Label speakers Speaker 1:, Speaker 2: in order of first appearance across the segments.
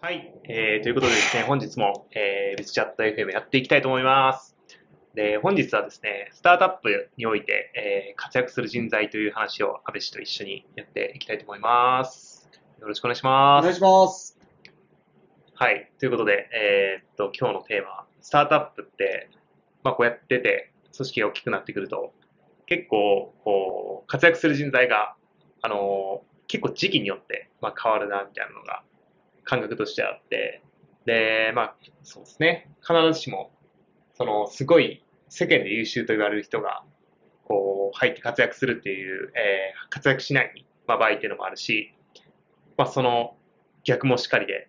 Speaker 1: はい、えー、ということでですね、本日も、えー、ビズチャット FM やっていきたいと思います。で、本日はですね、スタートアップにおいて、えー、活躍する人材という話を安部氏と一緒にやっていきたいと思います。よろしくお願いし
Speaker 2: お
Speaker 1: ます。
Speaker 2: 願いします。
Speaker 1: はい。ということで、えーっと、今日のテーマ、スタートアップって、まあ、こうやってて、組織が大きくなってくると、結構、こう、活躍する人材が、あのー結構時期によって、まあ、変わるな、みたいなのが、感覚としてあって、で、まあ、そうですね。必ずしも、その、すごい、世間で優秀と言われる人が、こう、入って活躍するっていう、えー活躍しない、まあ、場合っていうのもあるし、まあ、その、逆もしっかりで、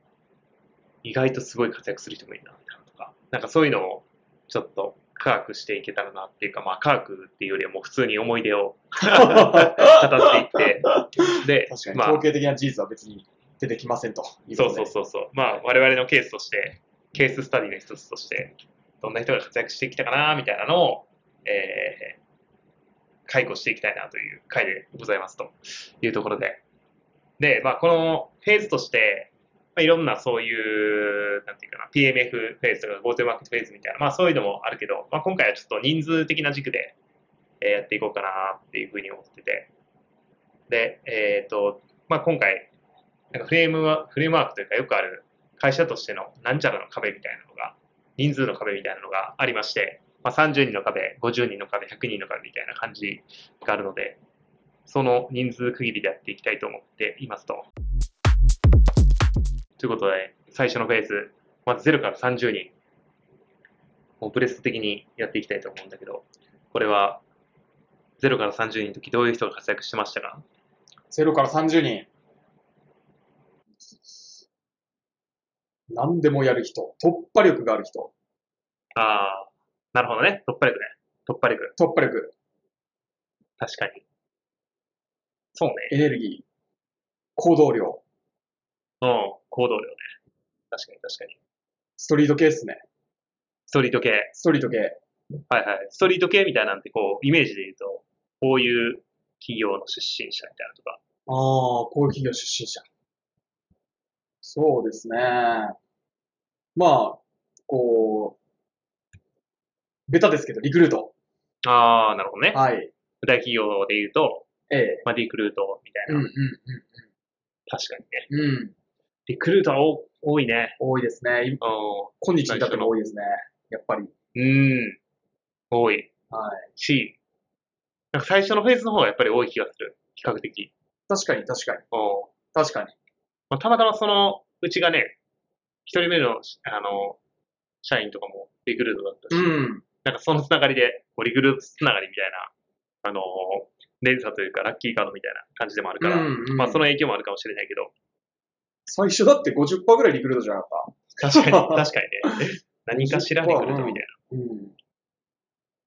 Speaker 1: 意外とすごい活躍する人もいるな、みたいなとか、なんかそういうのをちょっと科学していけたらなっていうか、まあ科学っていうよりはもう普通に思い出を語っていって、で
Speaker 2: 確か、に、
Speaker 1: まあ
Speaker 2: 統、計的な事実は別に出てきませんという
Speaker 1: そう
Speaker 2: ことで。
Speaker 1: そうそうそう、まあ我々のケースとして、ケーススタディの一つとして、どんな人が活躍してきたかな、みたいなのを、えー解雇していきたいなという回でございますというところで。で、まあ、このフェーズとして、まあ、いろんなそういう、なんていうかな、PMF フェーズとか GoTo マーケットフェーズみたいな、まあそういうのもあるけど、まあ今回はちょっと人数的な軸で、えーやっていこうかなっていうふうに思ってて。で、えっ、と、まあ今回、なんかフレームワフレームワークというかよくある会社としてのなんちゃらの壁みたいなのが、人数の壁みたいなのがありまして、まあ、30人の壁、50人の壁、100人の壁みたいな感じがあるので、その人数区切りでやっていきたいと思っていますと。ということで、最初のフェーズ、まず0から30人、もうブレスト的にやっていきたいと思うんだけど、これは0から30人の時どういう人が活躍してましたか
Speaker 2: 0から30人。何でもやる人。突破力がある人。
Speaker 1: ああ、なるほどね。突破力ね。突破力。
Speaker 2: 突破力、
Speaker 1: 確かに。そうね。
Speaker 2: エネルギー、行動量、
Speaker 1: うん、行動量ね。確かに確かに。
Speaker 2: ストリート系ですね。
Speaker 1: ストリート系。
Speaker 2: ストリート系。
Speaker 1: はいはい。ストリート系みたいなんて、こう、イメージで言うと、こういう企業の出身者みたいなとか。
Speaker 2: ああ、こういう企業出身者。そうですね。まあ、こう、ベタですけど、リクルート。
Speaker 1: ああ、なるほどね。
Speaker 2: はい。
Speaker 1: 大企業で言うと、
Speaker 2: ええ。
Speaker 1: まあ、リクルートみたいな。確かにね。
Speaker 2: うん、うん、うん。うん。
Speaker 1: リクルートは多多いね。
Speaker 2: 多いですね。
Speaker 1: う
Speaker 2: 今日に至っても多いですね。やっぱり。
Speaker 1: ん。うん。多い
Speaker 2: はい。
Speaker 1: し、なんか最初のフェーズの方がやっぱり多い気がする。比較的。
Speaker 2: 確かに、確かに。
Speaker 1: うん。
Speaker 2: 確かに。
Speaker 1: まあ、たまたまその、うちがね、一人目の、あの、社員とかもリクルートだったし、
Speaker 2: うん。
Speaker 1: なんかそのつながりで、こうリクルートつながりみたいな、あの、連鎖というかラッキーカードみたいな感じでもあるから、
Speaker 2: うんうん
Speaker 1: まあその影響もあるかもしれないけど、
Speaker 2: 最初だって50%ぐらいリクルートじゃなかっ
Speaker 1: 確かに、確かにね、何かしらリクルートみたい
Speaker 2: た。うん。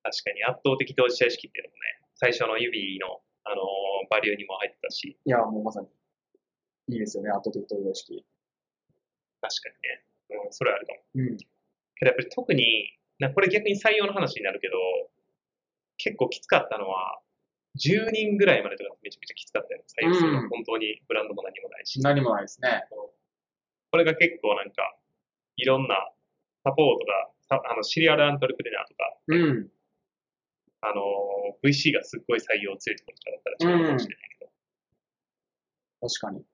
Speaker 1: な、確かに圧倒的当事者意識っていうのもね、最初の指の、あのバリューにも入ってたし、
Speaker 2: いや、もうまさに。いいですよね。圧倒的投票式。
Speaker 1: 確かにね、うん、それはあるかも。
Speaker 2: うん。
Speaker 1: けどやっぱり特に、なこれ逆に採用の話になるけど、結構きつかったのは、10人ぐらいまでとかめちゃくちゃきつかったよ、採用するの
Speaker 2: うん
Speaker 1: 本当にブランドも何もないし。
Speaker 2: 何もないですね。
Speaker 1: これが結構なんか、いろんなサポートが、さあのシリアルアントレプレナーとか、
Speaker 2: うん。
Speaker 1: あのー VC がすっごい採用強いところとかだったら違うかもしれないけど、
Speaker 2: 確かに。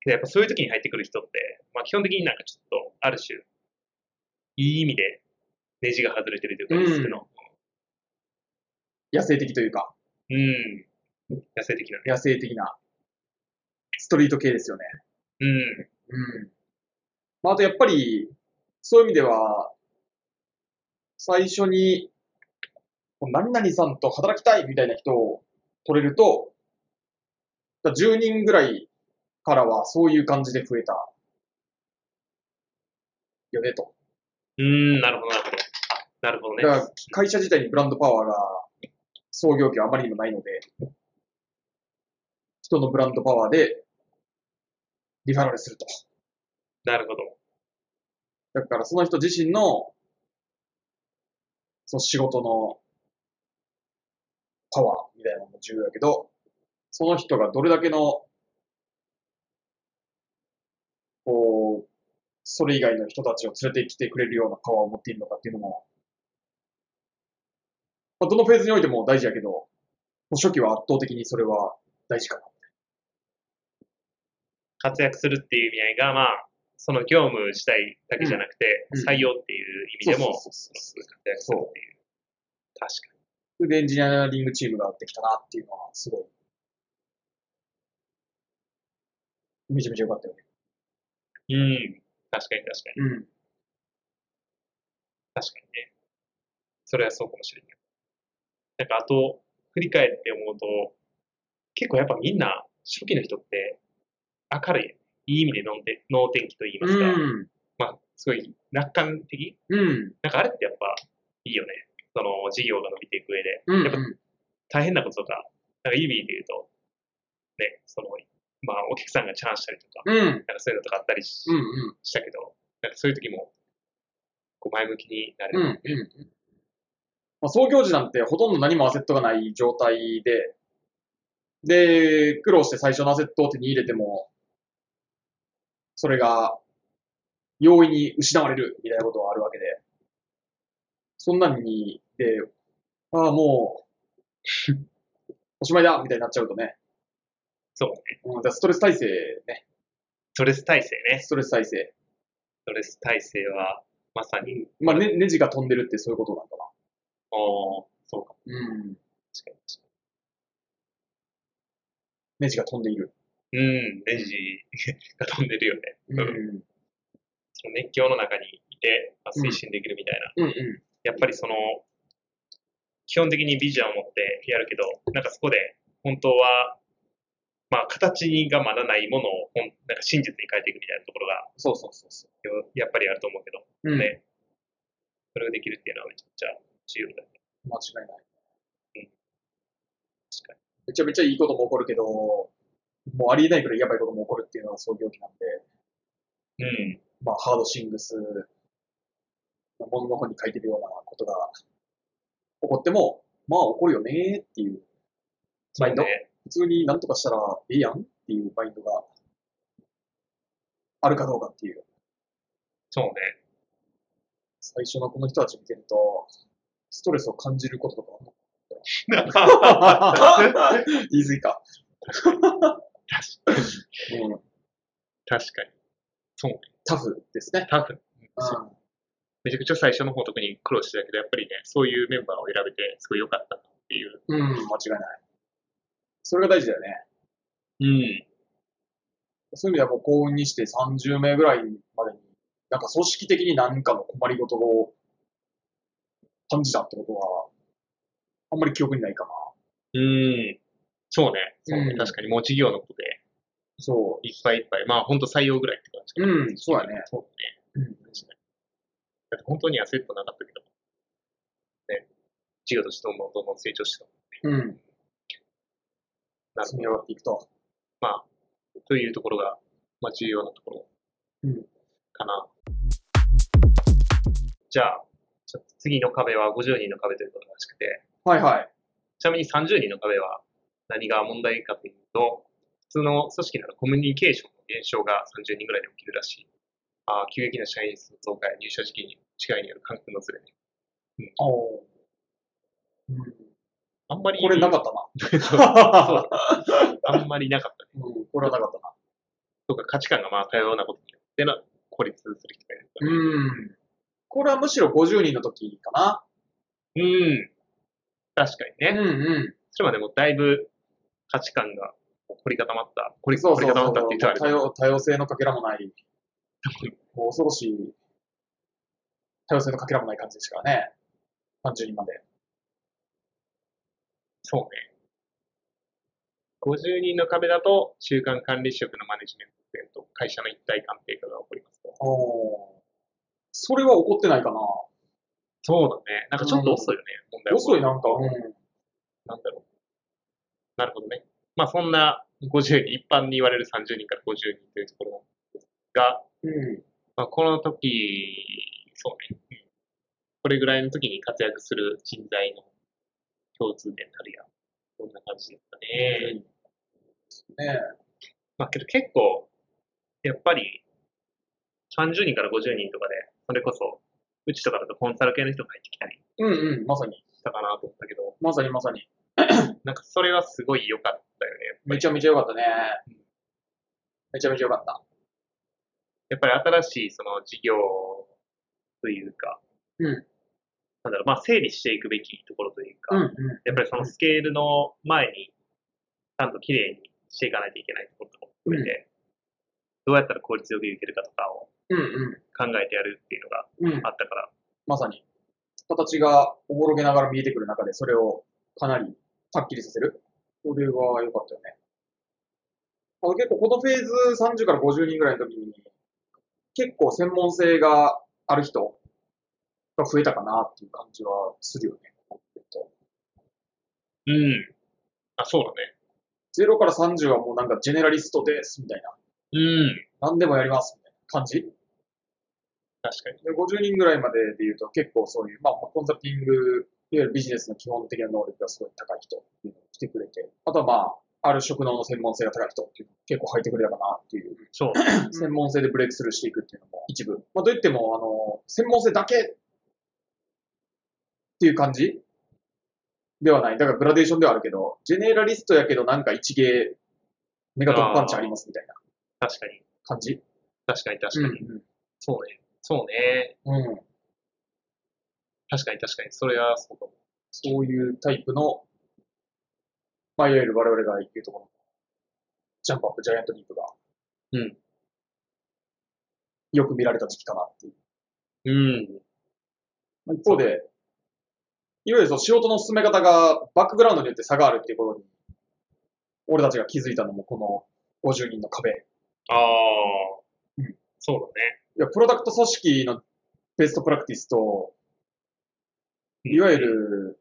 Speaker 1: けどやっぱそういう時に入ってくる人って、まあ、基本的になんかちょっと、ある種、いい意味でネジが外れてるというか、
Speaker 2: うん
Speaker 1: リスクの、
Speaker 2: 野生的というか、
Speaker 1: うん、野生的なね。
Speaker 2: 野生的な、ストリート系ですよね。
Speaker 1: うん、
Speaker 2: うん。まあ、あとやっぱり、そういう意味では、最初に、何々さんと働きたいみたいな人を取れると、だから10人ぐらいからはそういう感じで増えた。よね、と。
Speaker 1: うん、なるほど、なるほど。なるほど
Speaker 2: だ
Speaker 1: ね。
Speaker 2: から会社自体にブランドパワーが創業期はあまりにもないので、人のブランドパワーでリファラルすると。
Speaker 1: なるほど。
Speaker 2: だからその人自身の、その仕事のパワーみたいなのも重要だけど、その人がどれだけのそれ以外の人たちを連れてきてくれるようなパワーを持っているのかっていうのも、まあ、どのフェーズにおいても大事やけど、もう初期は圧倒的にそれは大事かな。
Speaker 1: 活躍するっていう意味合いが、まあ、その業務自体だけじゃなくて、
Speaker 2: うんうん
Speaker 1: 採用っていう意味でも、
Speaker 2: そうそうそ
Speaker 1: 活
Speaker 2: うそう
Speaker 1: 躍するっていう。確かに。
Speaker 2: それでエンジニアリングチームができたなっていうのは、すごい。めちゃめちゃ良かったよね。
Speaker 1: うん。確かに確かに。
Speaker 2: うん。
Speaker 1: 確かにね。それはそうかもしれない。なんかあと、振り返って思うと、結構やっぱみんな、初期の人って、明るい、いい意味で能天能天気と言いますか、
Speaker 2: うん。
Speaker 1: まあ、すごい楽観的
Speaker 2: うん。
Speaker 1: なんかあれってやっぱいいよね。その事業が伸びていく上で。
Speaker 2: うん。
Speaker 1: やっぱ大変なこととか、なんかいい意味で言うと、ね、その、まあお客さんがチャンしたりとか、
Speaker 2: うん。
Speaker 1: なんかそういうのとかあったりし,、
Speaker 2: うん。うん。
Speaker 1: たけど、なんかそういう時も、こう前向きになれ
Speaker 2: う
Speaker 1: る。
Speaker 2: んうんまあ、創業時なんてほとんど何もアセットがない状態で、で、苦労して最初のアセットを手に入れても、それが容易に失われるみたいなことがあるわけで、そんなんに、で、ああ、もう、おしまいだみたいになっちゃうとね、
Speaker 1: そうね。
Speaker 2: うん、だからストレス耐性ね、
Speaker 1: ストレス耐性ね。
Speaker 2: ストレス耐性。
Speaker 1: ストレス耐性は、まさに、
Speaker 2: まあ、ね、ネジが飛んでるってそういうことなんだ
Speaker 1: おーそうか、
Speaker 2: な。うん。
Speaker 1: 確か
Speaker 2: ネジが飛んでいる。
Speaker 1: に。うん、レジが飛んでるよね。
Speaker 2: うん。うん
Speaker 1: その熱狂の中にいて、まあ推進できるみたいな。
Speaker 2: うん。う
Speaker 1: やっぱりその、基本的にビジョンを持ってやるけど、なんかそこで、本当は、まあ、形がまだないものを、ほんなんか真実に変えていくみたいなところが、そうそうそうそう。やっぱりあると思うけど、
Speaker 2: ん。うん
Speaker 1: ね。それができるっていうのはめちゃくちゃ重要だね。
Speaker 2: 間違いない。
Speaker 1: 確かに。
Speaker 2: めちゃめちゃいいことも起こるけど、もうありえないくらいやばいことも起こるっていうのが創業期なんで、
Speaker 1: うん。
Speaker 2: まあ、ハードシングス、物の本に書いてるようなことが起こっても、まあ起こるよねっていう、マインド、
Speaker 1: ね
Speaker 2: 普通になんとかしたらええやんっていうマインドがあるかどうかっていう、
Speaker 1: そう ね。
Speaker 2: 最初のこの人たち見てると、ストレスを感じることと かあんの、言い過ぎか。うん
Speaker 1: 確かに。
Speaker 2: タフですね。
Speaker 1: タフ。
Speaker 2: うん
Speaker 1: めちゃくちゃ最初の方特に苦労してたけど、やっぱりね、そういうメンバーを選べて、すごい良かったっていう。
Speaker 2: うん、間違いない。それが大事だよね。
Speaker 1: うん。
Speaker 2: そういう意味ではもう幸運にして30名ぐらいまでに、なんか組織的に何かの困りごとを感じたってことは、あんまり記憶にないかな。
Speaker 1: うん。そうね。そうね。
Speaker 2: うん
Speaker 1: 確かに、もう事業のことで、
Speaker 2: そ
Speaker 1: いっぱいいっぱい。まあ、本当採用ぐらいって感じかな。
Speaker 2: うんそうだね
Speaker 1: そう
Speaker 2: う。うん
Speaker 1: ね。確かに。だって本当にアセットなかったけど、ね。事業としてどんどんどんどん成長してた。
Speaker 2: うん。
Speaker 1: なる
Speaker 2: 積
Speaker 1: ほ
Speaker 2: み
Speaker 1: ど
Speaker 2: 上がっていくと。
Speaker 1: というところが、まあ、重要なところ
Speaker 2: うん
Speaker 1: かな。じゃあ、ちょっと次の壁は50人の壁ということらしくて、
Speaker 2: はいはい。
Speaker 1: ちなみに30人の壁は何が問題かというと、普通の組織ならコミュニケーションの減少が30人ぐらいで起きるらしい。あー急激な社員数増加や入社時期に違いによる感覚のずれね。
Speaker 2: おうん、
Speaker 1: あんまり、
Speaker 2: これなか
Speaker 1: っ
Speaker 2: った た
Speaker 1: そう
Speaker 2: な。
Speaker 1: あんまりなかったね。
Speaker 2: うん、これはなかったな。
Speaker 1: とか価値観がまあ多様なことによってな孤立する人がいる。
Speaker 2: うん。これはむしろ50人の時かな。
Speaker 1: うん。確かにね。
Speaker 2: うんうん。
Speaker 1: それまでもだいぶ価値観が凝り固まった、凝り
Speaker 2: そう
Speaker 1: 凝
Speaker 2: そ
Speaker 1: り
Speaker 2: う
Speaker 1: 固ま
Speaker 2: そう
Speaker 1: ったって言ったらあれだ
Speaker 2: 多
Speaker 1: けど
Speaker 2: 様。多様性のかけらも ない。もう恐ろしい、多様性のかけらもない感じですからね。30人まで。
Speaker 1: そうね。50人の壁だと、中間管理職のマネジメントと会社の一体感低下が起こりますと。
Speaker 2: それは起こってないかな。
Speaker 1: そうだね。なんかちょっと遅いよね、問題は
Speaker 2: 遅いなんか、
Speaker 1: なんだろう。なるほどね。まあそんな50人、一般に言われる30人から50人というところなんですが、
Speaker 2: うん。う
Speaker 1: まあ、この時、そうね。うんこれぐらいの時に活躍する人材の共通点たるや、こんな感じですかね。
Speaker 2: ん。ねえ。
Speaker 1: まあけど結構、やっぱり、 30人から50人とかで、それこそ、うちとかだとコンサル系の人が入ってきたり
Speaker 2: うんうん、まさに。
Speaker 1: したかなと思ったけど、
Speaker 2: まさにまさに。
Speaker 1: なんかそれはすごい良かったよね。
Speaker 2: めちゃめちゃ良かったね。めちゃめちゃ良かった。
Speaker 1: やっぱり新しいその事業というか、
Speaker 2: うん
Speaker 1: なんだろう、まあ整理していくべきところというか、
Speaker 2: うんうん。
Speaker 1: やっぱりそのスケールの前に、ちゃんと綺麗にしていかないといけないところとかも含めて、どうやったら効率よくいけるかとかを
Speaker 2: うん
Speaker 1: 考えてやるっていうのが
Speaker 2: うん。うん。
Speaker 1: あったから、
Speaker 2: まさに。形がおぼろげながら見えてくる中で、それをかなりはっきりさせる。これは良かったよね。あの結構このフェーズ30から50人ぐらいの時に、結構専門性がある人が増えたかなっていう感じはするよね。
Speaker 1: うん。あ、そうだね。
Speaker 2: 0から30はもうなんかジェネラリストですみたいな。
Speaker 1: うん。
Speaker 2: 何でもやりますみたいな感じ
Speaker 1: 確かに。
Speaker 2: で、50人ぐらいまでで言うと結構そういう、まあ、コンサルティング、いわゆるビジネスの基本的な能力がすごい高い人っていうのが来てくれて、あとはまあ、ある職能の専門性が高い人っていうのも結構入ってくれたかなっていう、
Speaker 1: そう。
Speaker 2: うん専門性でブレイクスルーしていくっていうのも一部。まあ、といっても、あの、専門性だけっていう感じではない。だからグラデーションではあるけど、ジェネラリストやけどなんか一芸、メガトップパンチありますみたいな
Speaker 1: 確かに。
Speaker 2: 感じ。
Speaker 1: 確かに、確かに。
Speaker 2: うん
Speaker 1: そうね。そうね。
Speaker 2: うん。うん。
Speaker 1: 確かに、確かに。それはそうかも。
Speaker 2: そういうタイプの、まあ、いわゆる我々が言うところの、ジャンプアップジャイアントリープが、
Speaker 1: うん。
Speaker 2: よく見られた時期かなっていう。
Speaker 1: うん。
Speaker 2: まあ一方で、いわゆるその仕事の進め方がバックグラウンドによって差があるっていうことに、俺たちが気づいたのもこの50人の壁。い
Speaker 1: ああ。
Speaker 2: うん
Speaker 1: そうだね。
Speaker 2: や、プロダクト組織のベストプラクティスと、いわゆる、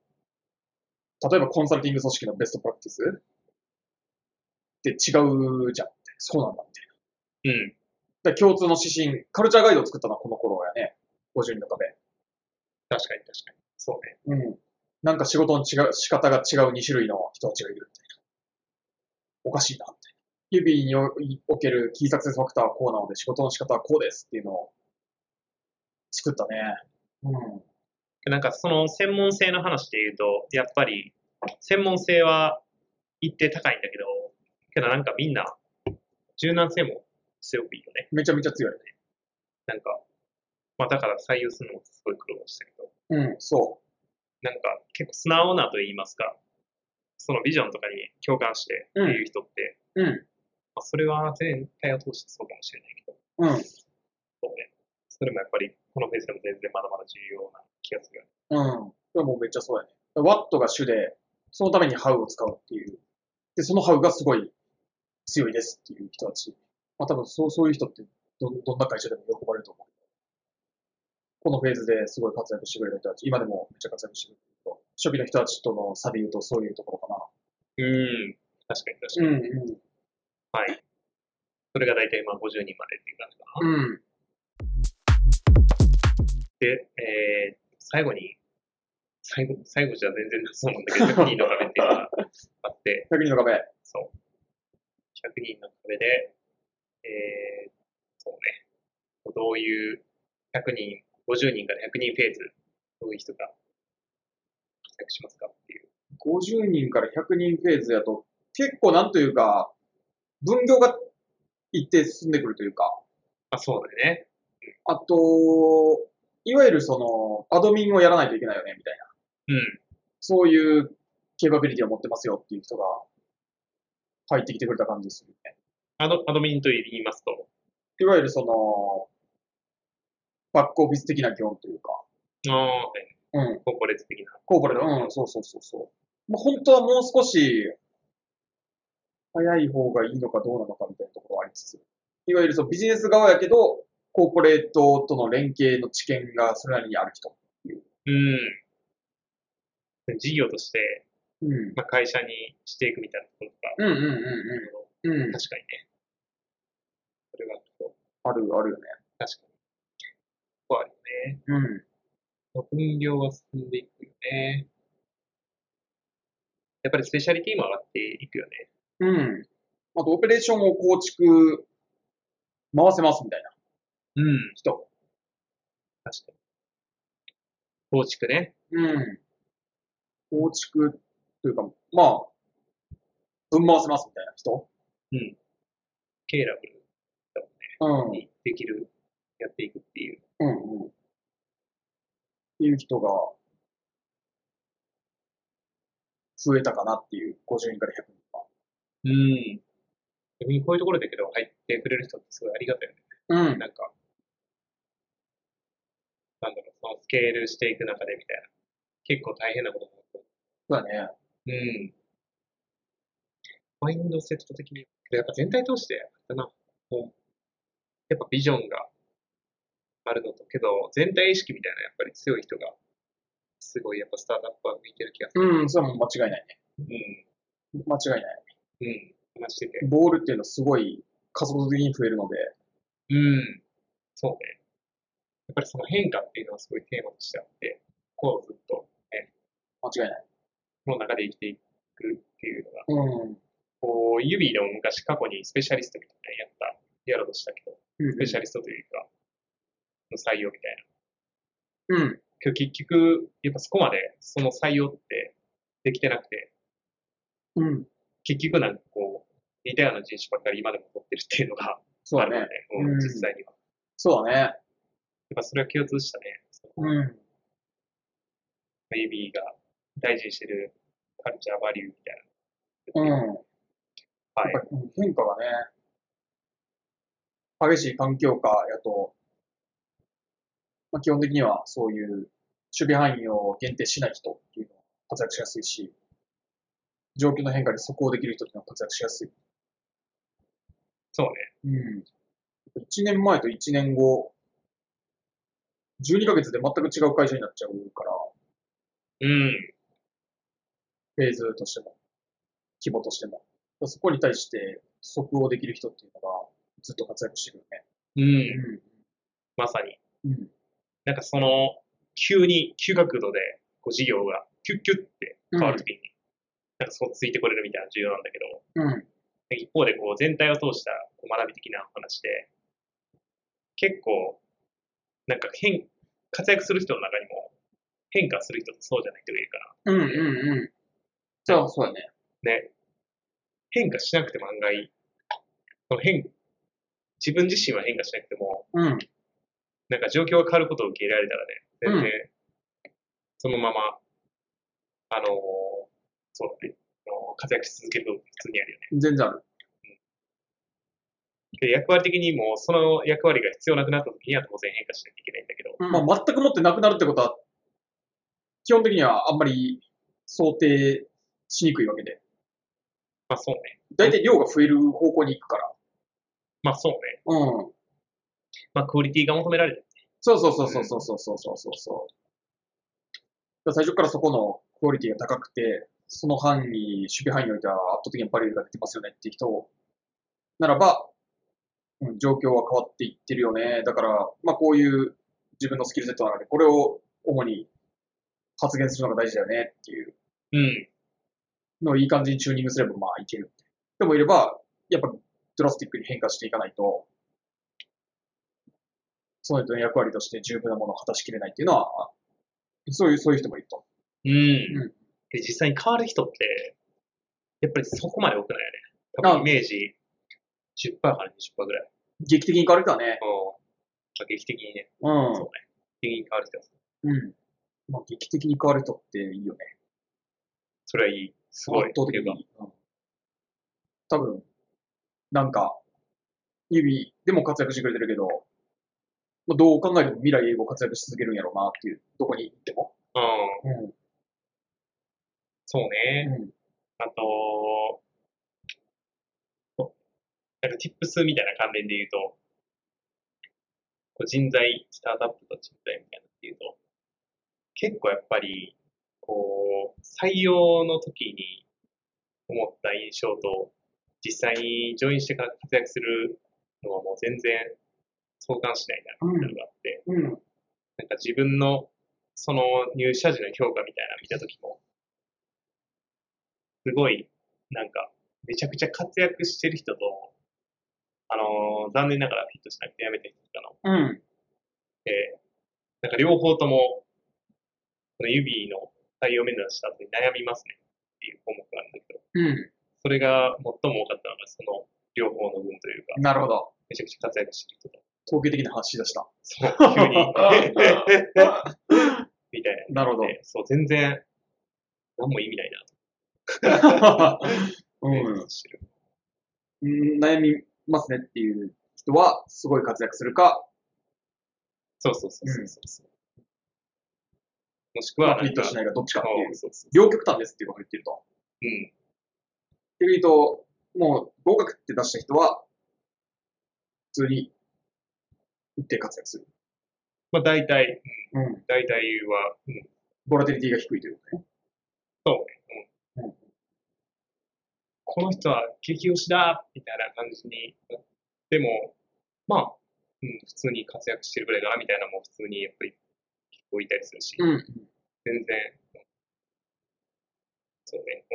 Speaker 2: 例えばコンサルティング組織のベストプラクティスって違うじゃん。そうなんだ。
Speaker 1: うん。
Speaker 2: で共通の指針、カルチャーガイドを作ったのはこの頃やね。50人の壁。
Speaker 1: 確かに、確かに。そうね。
Speaker 2: うん。なんか仕事の違う、仕方が違う2種類の人たちがいるみたいな。おかしいな、みたいな。指においおけるキーサクセスファクターはこうなので、仕事の仕方はこうですっていうのを作ったね。うん。
Speaker 1: なんかその専門性の話で言うと、やっぱり専門性は一定高いんだけど、けどなんかみんな柔軟性も強くいいよね。
Speaker 2: めちゃめちゃ強い。
Speaker 1: なんか、まあだから採用するのもすごい苦労したけど、
Speaker 2: うん、そ
Speaker 1: なんか結構素直なと言いますか、そのビジョンとかに共感してっていう人って、
Speaker 2: う。うん。
Speaker 1: まあそれは全体を通してそうかもしれないけど、
Speaker 2: うん。
Speaker 1: そうね。それもやっぱりこのフェーズでも全然まだまだ重要な気がするよね。
Speaker 2: うん。でもめっちゃそうやね。ワットが主で、そのためにハウを使うっていう。で、そのハウがすごい強いですっていう人たち。まあ多分そう、そういう人ってど、どんな会社でも喜ばれると思う。このフェーズですごい活躍してくれる人たち、今でもめっちゃ活躍してくれる人。初期の人たちとの差で言うとそういうところ
Speaker 1: うん。確かに確か
Speaker 2: か
Speaker 1: に。
Speaker 2: な。うん、うん。
Speaker 1: はい。それが大体まあ50人までっていう感じかな。
Speaker 2: うん。
Speaker 1: で、えー、最後に、最後、最後じゃ全然なそうなんだけど、100人の 壁っていうのがあって、
Speaker 2: 100人の壁。
Speaker 1: そう。100人の壁で、えー、そうね。どういう、100人、50人から100人フェーズ、どういう人が活躍しますかっていう。
Speaker 2: 50人から100人フェーズやと、結構なんというか、分業が一定進んでくるというか。
Speaker 1: あ、そうだね。
Speaker 2: あと、いわゆるその、アドミンをやらないといけないよね、みたいな。
Speaker 1: うん。
Speaker 2: そういうケーパビリティを持ってますよっていう人が入ってきてくれた感じでするね。
Speaker 1: アド、アドミンと言いますと、
Speaker 2: いわゆるその、バックオフィス的な業務というか、
Speaker 1: あーはい
Speaker 2: うん、
Speaker 1: コーポレート的な。
Speaker 2: コーポレート、うん、そうそうそうそう。もう本当はもう少し、早い方がいいのかどうなのかみたいなところはありつつ、いわゆるそのビジネス側やけど、コーポレートとの連携の知見がそれなりにある人。
Speaker 1: うん。事業として、
Speaker 2: うん。
Speaker 1: まあ、会社にしていくみたいなところとか、
Speaker 2: うんうんう
Speaker 1: うん
Speaker 2: うん。うん。
Speaker 1: 確かにね。それがこう、
Speaker 2: ある、あるよね。
Speaker 1: 確かに。ここあるよね。
Speaker 2: うん。
Speaker 1: 分量は進んでいくよね。やっぱりスペシャリティも上がっていくよね。
Speaker 2: うん。あと、オペレーションを構築、回せますみたいな。
Speaker 1: うん。
Speaker 2: 人。
Speaker 1: 確かに。構築ね。
Speaker 2: うん。構築というか、まあ、ぶん回せますみたいな人。
Speaker 1: ケーラブ
Speaker 2: うん。
Speaker 1: にできる、やっていくっていう。
Speaker 2: うんうん。っていう人が、増えたかなっていう、50人から100人か。
Speaker 1: うん。逆にこういうところだけど入ってくれる人ってすごいありがたいよね。
Speaker 2: うん。
Speaker 1: なんか、なんだろう、そのスケールしていく中でみたいな。結構大変なことだなと
Speaker 2: そうだね。
Speaker 1: うん。マインドセット的に、やっぱ全体通して、だな、もう、やっぱビジョンがあるのと、けど、全体意識みたいな、やっぱり強い人が、すごいやっぱスタートアップは向いてる気がする。
Speaker 2: うん、それはもう間違いないね。
Speaker 1: うん。
Speaker 2: 間違いない。
Speaker 1: うん。話してて。
Speaker 2: ボールっていうのはすごい加速的に増えるので、
Speaker 1: うん。そうね。やっぱりその変化っていうのはすごいテーマとしてあって、こうずっと、
Speaker 2: 間違いない。
Speaker 1: この中で生きていくっていうのが、
Speaker 2: うん。
Speaker 1: こう、指でも昔過去にスペシャリストみたいなのやった、やろうとしたけど、
Speaker 2: うん
Speaker 1: スペシャリストというか、の採用みたいな。
Speaker 2: うん。
Speaker 1: けど結局、やっぱそこまでその採用ってできてなくて、
Speaker 2: うん。
Speaker 1: 結局なんかこう、似たような人種ばっかり今でも取ってるっていうのが、
Speaker 2: そう
Speaker 1: あ
Speaker 2: だ
Speaker 1: るの
Speaker 2: ね
Speaker 1: で。、うん
Speaker 2: うん
Speaker 1: 実際には。
Speaker 2: そうだね。
Speaker 1: やっぱそれは共通したね。その
Speaker 2: うん。
Speaker 1: 指が大事にしてるカルチャーバリューみたい
Speaker 2: うん。
Speaker 1: な。
Speaker 2: や
Speaker 1: は
Speaker 2: っ
Speaker 1: い
Speaker 2: ぱ。りうん変化がね、激しい環境下やと、まあ、基本的にはそういう守備範囲を限定しない人っていうのは活躍しやすいし、状況の変化に即応できる人っていうのは活躍しやすい。
Speaker 1: そうね。
Speaker 2: うん。1年前と1年後、12ヶ月で全く違う会社になっちゃうから、
Speaker 1: うん。
Speaker 2: フェーズとしても、規模としても。そこに対して即応できる人っていうのがずっと活躍してるよね。
Speaker 1: うん。まさに。
Speaker 2: うん。うん。
Speaker 1: なんかその、急に、急角度で、こう、事業が、キュッキュッって変わるときに、なんかそこついてこれるみたいなの重要なんだけど、
Speaker 2: うん。
Speaker 1: 一方でこう、全体を通したこう学び的な話で、結構、なんか変、活躍する人の中にも、変化する人とそうじゃない人がいるから、
Speaker 2: うん。うん。うん。じゃあ、そうだね。
Speaker 1: ね、変化しなくても案外、その変、自分自身は変化しなくても、
Speaker 2: うん。
Speaker 1: なんか状況が変わることを受け入れられたらね、全然、そのまま、あのーそうだね、あのー活躍し続けることって普通にあるよね。
Speaker 2: 全然ある。
Speaker 1: で役割的にも、その役割が必要なくなった時には当然変化しなきゃいけないんだけど、
Speaker 2: まあ、全くもってなくなるってことは、基本的にはあんまり想定しにくいわけで。
Speaker 1: まあそうね。
Speaker 2: だいたい量が増える方向に行くから。
Speaker 1: まあそうね。
Speaker 2: うん。
Speaker 1: まあクオリティが求められる。
Speaker 2: そうそうそうそうそうそうそうそうそう。だから最初からそこのクオリティが高くて、その範囲、守備範囲においては圧倒的にバリューが出てますよねっていう人ならば、うん、状況は変わっていってるよね。だから、まあこういう自分のスキルセットなので、これを主に発言するのが大事だよねっていう
Speaker 1: うん。
Speaker 2: のをいい感じにチューニングすればまあいける。でもいれば、やっぱドラスティックに変化していかないと、その人の役割として十分なものを果たしきれないっていうのは、そういう、そういう人もいると。
Speaker 1: うん。
Speaker 2: うん
Speaker 1: で、実際に変わる人って、やっぱりそこまで多くないよね。多
Speaker 2: あ
Speaker 1: 分イメージ10%から20%ぐらい。
Speaker 2: 劇的に変わる人はね、
Speaker 1: うんまあ劇的にね、
Speaker 2: う
Speaker 1: そ
Speaker 2: ん。
Speaker 1: 劇的に変わる人は
Speaker 2: うん。まあ、劇的に変わる人っていいよね。
Speaker 1: それはいい。すごい。
Speaker 2: 圧倒的に。うん、多分、なんか、指でも活躍してくれてるけど、まあ、どう考えても未来英語活躍し続けるんやろうなっていう、どこに行っても。
Speaker 1: うん。
Speaker 2: うん。
Speaker 1: そうね。
Speaker 2: うん。
Speaker 1: あと、なんか tips みたいな関連で言うと、こう人材、スタートアップと人材みたいなっていうと、結構やっぱり、こう、採用の時に思った印象と、実際にジョインしてから活躍するのはもう全然相関しないなっていうのがあって、な
Speaker 2: うん。
Speaker 1: んか自分のその入社時の評価みたいなの見たときも、すごい、なんか、めちゃくちゃ活躍してる人と、あのー残念ながらヒットしなくてやめて人とかの、
Speaker 2: うん。
Speaker 1: えーなんか両方とも、この指の採用面談した後に悩みますねっていう項目があるんだけど、
Speaker 2: う
Speaker 1: それが最も多かったのがその両方の分というか、
Speaker 2: ん。なるほど。
Speaker 1: めちゃくちゃ活躍してる人と、
Speaker 2: 統計的な話し出した。
Speaker 1: そう、急に、 みたい
Speaker 2: なるほ
Speaker 1: な。で、そう、全然、何も意味ないな
Speaker 2: ど。
Speaker 1: と
Speaker 2: うん
Speaker 1: 思。ってる。
Speaker 2: うん悩みますねっていう人は、すごい活躍するか、
Speaker 1: そうそうそうそうそうそう。もしくは、
Speaker 2: フィットしないか、どっちかっていう。
Speaker 1: そうそうそう。
Speaker 2: 両極端ですっていうことを言ってると。
Speaker 1: うん。
Speaker 2: 逆に言うと、もう合格って出した人は、普通に、一定活躍する。
Speaker 1: まあ大体、
Speaker 2: うん。
Speaker 1: 大体は、うん、
Speaker 2: ボラティリティが低いということね。
Speaker 1: この人は激推しだみたいな感じになっても、まあ、うん、普通に活躍してるぐらいかなみたいなのも普通にやっぱり結構いたりするし、
Speaker 2: うん。
Speaker 1: 全然、うんそうね、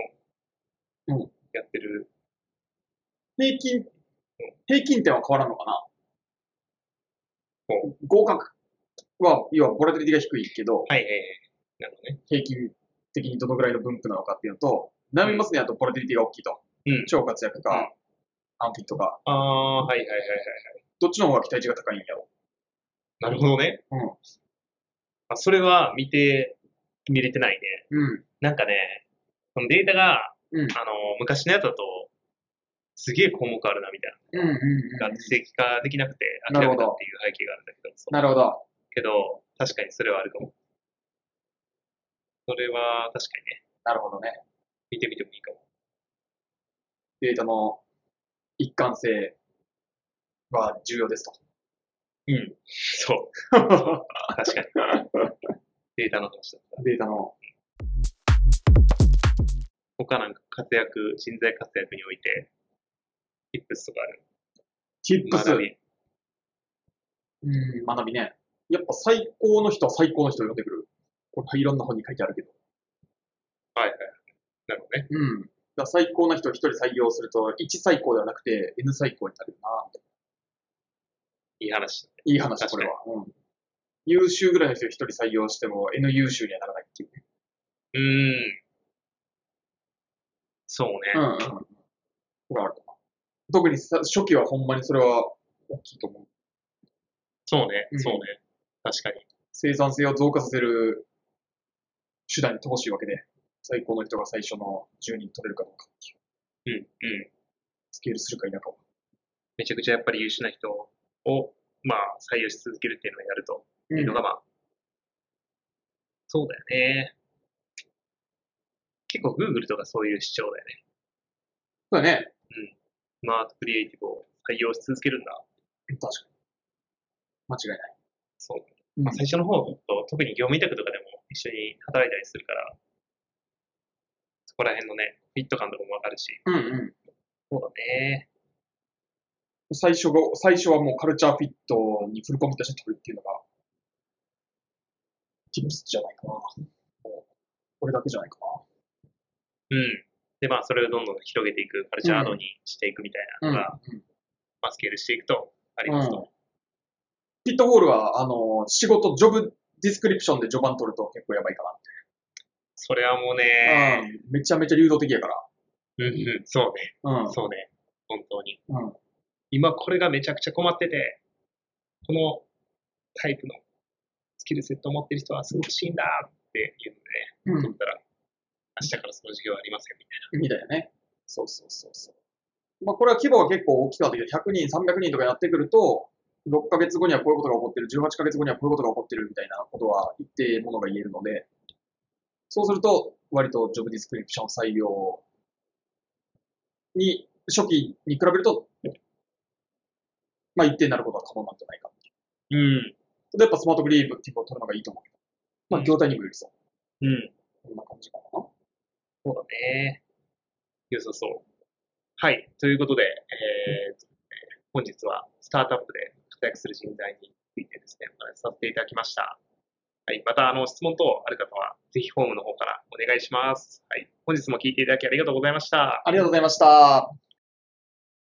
Speaker 2: う
Speaker 1: うんん、やってる。
Speaker 2: 平均、平均点は変わらんのかな
Speaker 1: ほ
Speaker 2: 合格は、要はボラティリティが低いけど、
Speaker 1: はい、ええなるほどね。
Speaker 2: 平均的にどのぐらいの分布なのかっていうのと、悩みますね、あとボラティリティが大きいと。
Speaker 1: うん
Speaker 2: 超活躍
Speaker 1: う
Speaker 2: か
Speaker 1: ん、
Speaker 2: アンフィットか、
Speaker 1: ああ、はいはいはいはい。
Speaker 2: どっちの方が期待値が高いんやろ
Speaker 1: なるほどね。
Speaker 2: うん
Speaker 1: あそれは見て、見れてないね。
Speaker 2: うん。
Speaker 1: なんかね、そのデータが、
Speaker 2: うん
Speaker 1: あの、昔のやつだと、すげえ項目あるなみたいな。
Speaker 2: うんうん
Speaker 1: が
Speaker 2: うん。
Speaker 1: 正規化できなくて
Speaker 2: な
Speaker 1: 諦
Speaker 2: る
Speaker 1: め
Speaker 2: ほど
Speaker 1: たっていう背景があるんだけど、そう
Speaker 2: なるほど。
Speaker 1: けど、確かにそれはあるかも。それは確かにね、
Speaker 2: なるほどね。
Speaker 1: 見てみてもいいかも。
Speaker 2: データの一貫性は重要 ですと。
Speaker 1: うん。そう。確かに。データの話だった。
Speaker 2: データの、
Speaker 1: 他なんか活躍、人材活躍において、ティップスとかある。
Speaker 2: tips
Speaker 1: 学。び。
Speaker 2: うん、学びね。やっぱ最高の人は最高の人を呼んでくる。これいろんな本に書いてあるけど。
Speaker 1: はいはい。なるほどね。
Speaker 2: うん。だから最高な人を一人採用すると、1最高ではなくて N 最高になるよな、みたい
Speaker 1: いい話。
Speaker 2: ないい話、これは。うん。優秀ぐらいの人を一人採用しても N 優秀にはならないっていうね。
Speaker 1: うーん。そう
Speaker 2: う
Speaker 1: ね。
Speaker 2: ん、うん。これはあると思う。特にさ初期はほんまにそれは大きいと思う。
Speaker 1: そうね
Speaker 2: う。ん
Speaker 1: そうね。確かに。
Speaker 2: 生産性を増加させる手段に乏しいわけで、最高の人が最初の10人取れるかどうかっていう、
Speaker 1: うん。うん。
Speaker 2: スケールするか否かは。
Speaker 1: めちゃくちゃやっぱり優秀な人を、まあ、採用し続けるっていうのをやると
Speaker 2: う
Speaker 1: いうんのが、まあ、そうだよね。結構 Google とかそういう主張だよね。
Speaker 2: そうだね。
Speaker 1: スマートクリエイティブを採用し続けるんだ。
Speaker 2: 確かに。間違いない。
Speaker 1: そう。
Speaker 2: うん
Speaker 1: まあ、最初の方と、特に業務委託とかでも一緒に働いたりするから、そこら辺のね、フィット感とかもわかるし、
Speaker 2: うんう
Speaker 1: そうだね。
Speaker 2: ん。最初が、最初はもうカルチャーフィットにフルコミットして取るっていうのが、ティムスじゃないかな。これだけじゃないか
Speaker 1: うん。で、まあ、それをどんどん広げていく、カルチャーアドにしていくみたい
Speaker 2: な。
Speaker 1: なのが、まあ、スケールしていくと、ありますと。
Speaker 2: うんピットホールは、あの、仕事、ジョブディスクリプションで序盤取ると結構やばいか
Speaker 1: それはもう
Speaker 2: な。
Speaker 1: ね、
Speaker 2: うん。めちゃめちゃ流動的やから。
Speaker 1: うんうん、そうね、
Speaker 2: うん。
Speaker 1: そうね、本当に。
Speaker 2: うん
Speaker 1: 今これがめちゃくちゃ困ってて、このタイプのスキルセットを持ってる人はすごく欲しいんだって言うんでね、
Speaker 2: うん
Speaker 1: 取ったら、明日からその授業はありませんみたい
Speaker 2: みたいなね。そうそうそうそう。まあ、これは規模が結構大きくなってきて、100人、300人とかになってくると、6ヶ月後にはこういうことが起こってる、18ヶ月後にはこういうことが起こってるみたいなことは一定ものが言えるので、そうすると、割とジョブディスクリプション採用に、初期に比べると、まあ一定になることは可能なんじゃないか。
Speaker 1: な。
Speaker 2: やっぱスマートグリーブっていうのを取るのがいいと思うけど。まあ業態にもよりそう。
Speaker 1: うん、うん、
Speaker 2: こんな感じかな。
Speaker 1: そうだね。良さそう。はい、ということで、えーと本日はスタートアップで活躍する人材についてですね、お話しさせていただきました。はい、またあの質問等ある方は、ぜひフォームの方からお願いします。はい、本日も聞いていただきありがとうございました。
Speaker 2: ありがとうございました。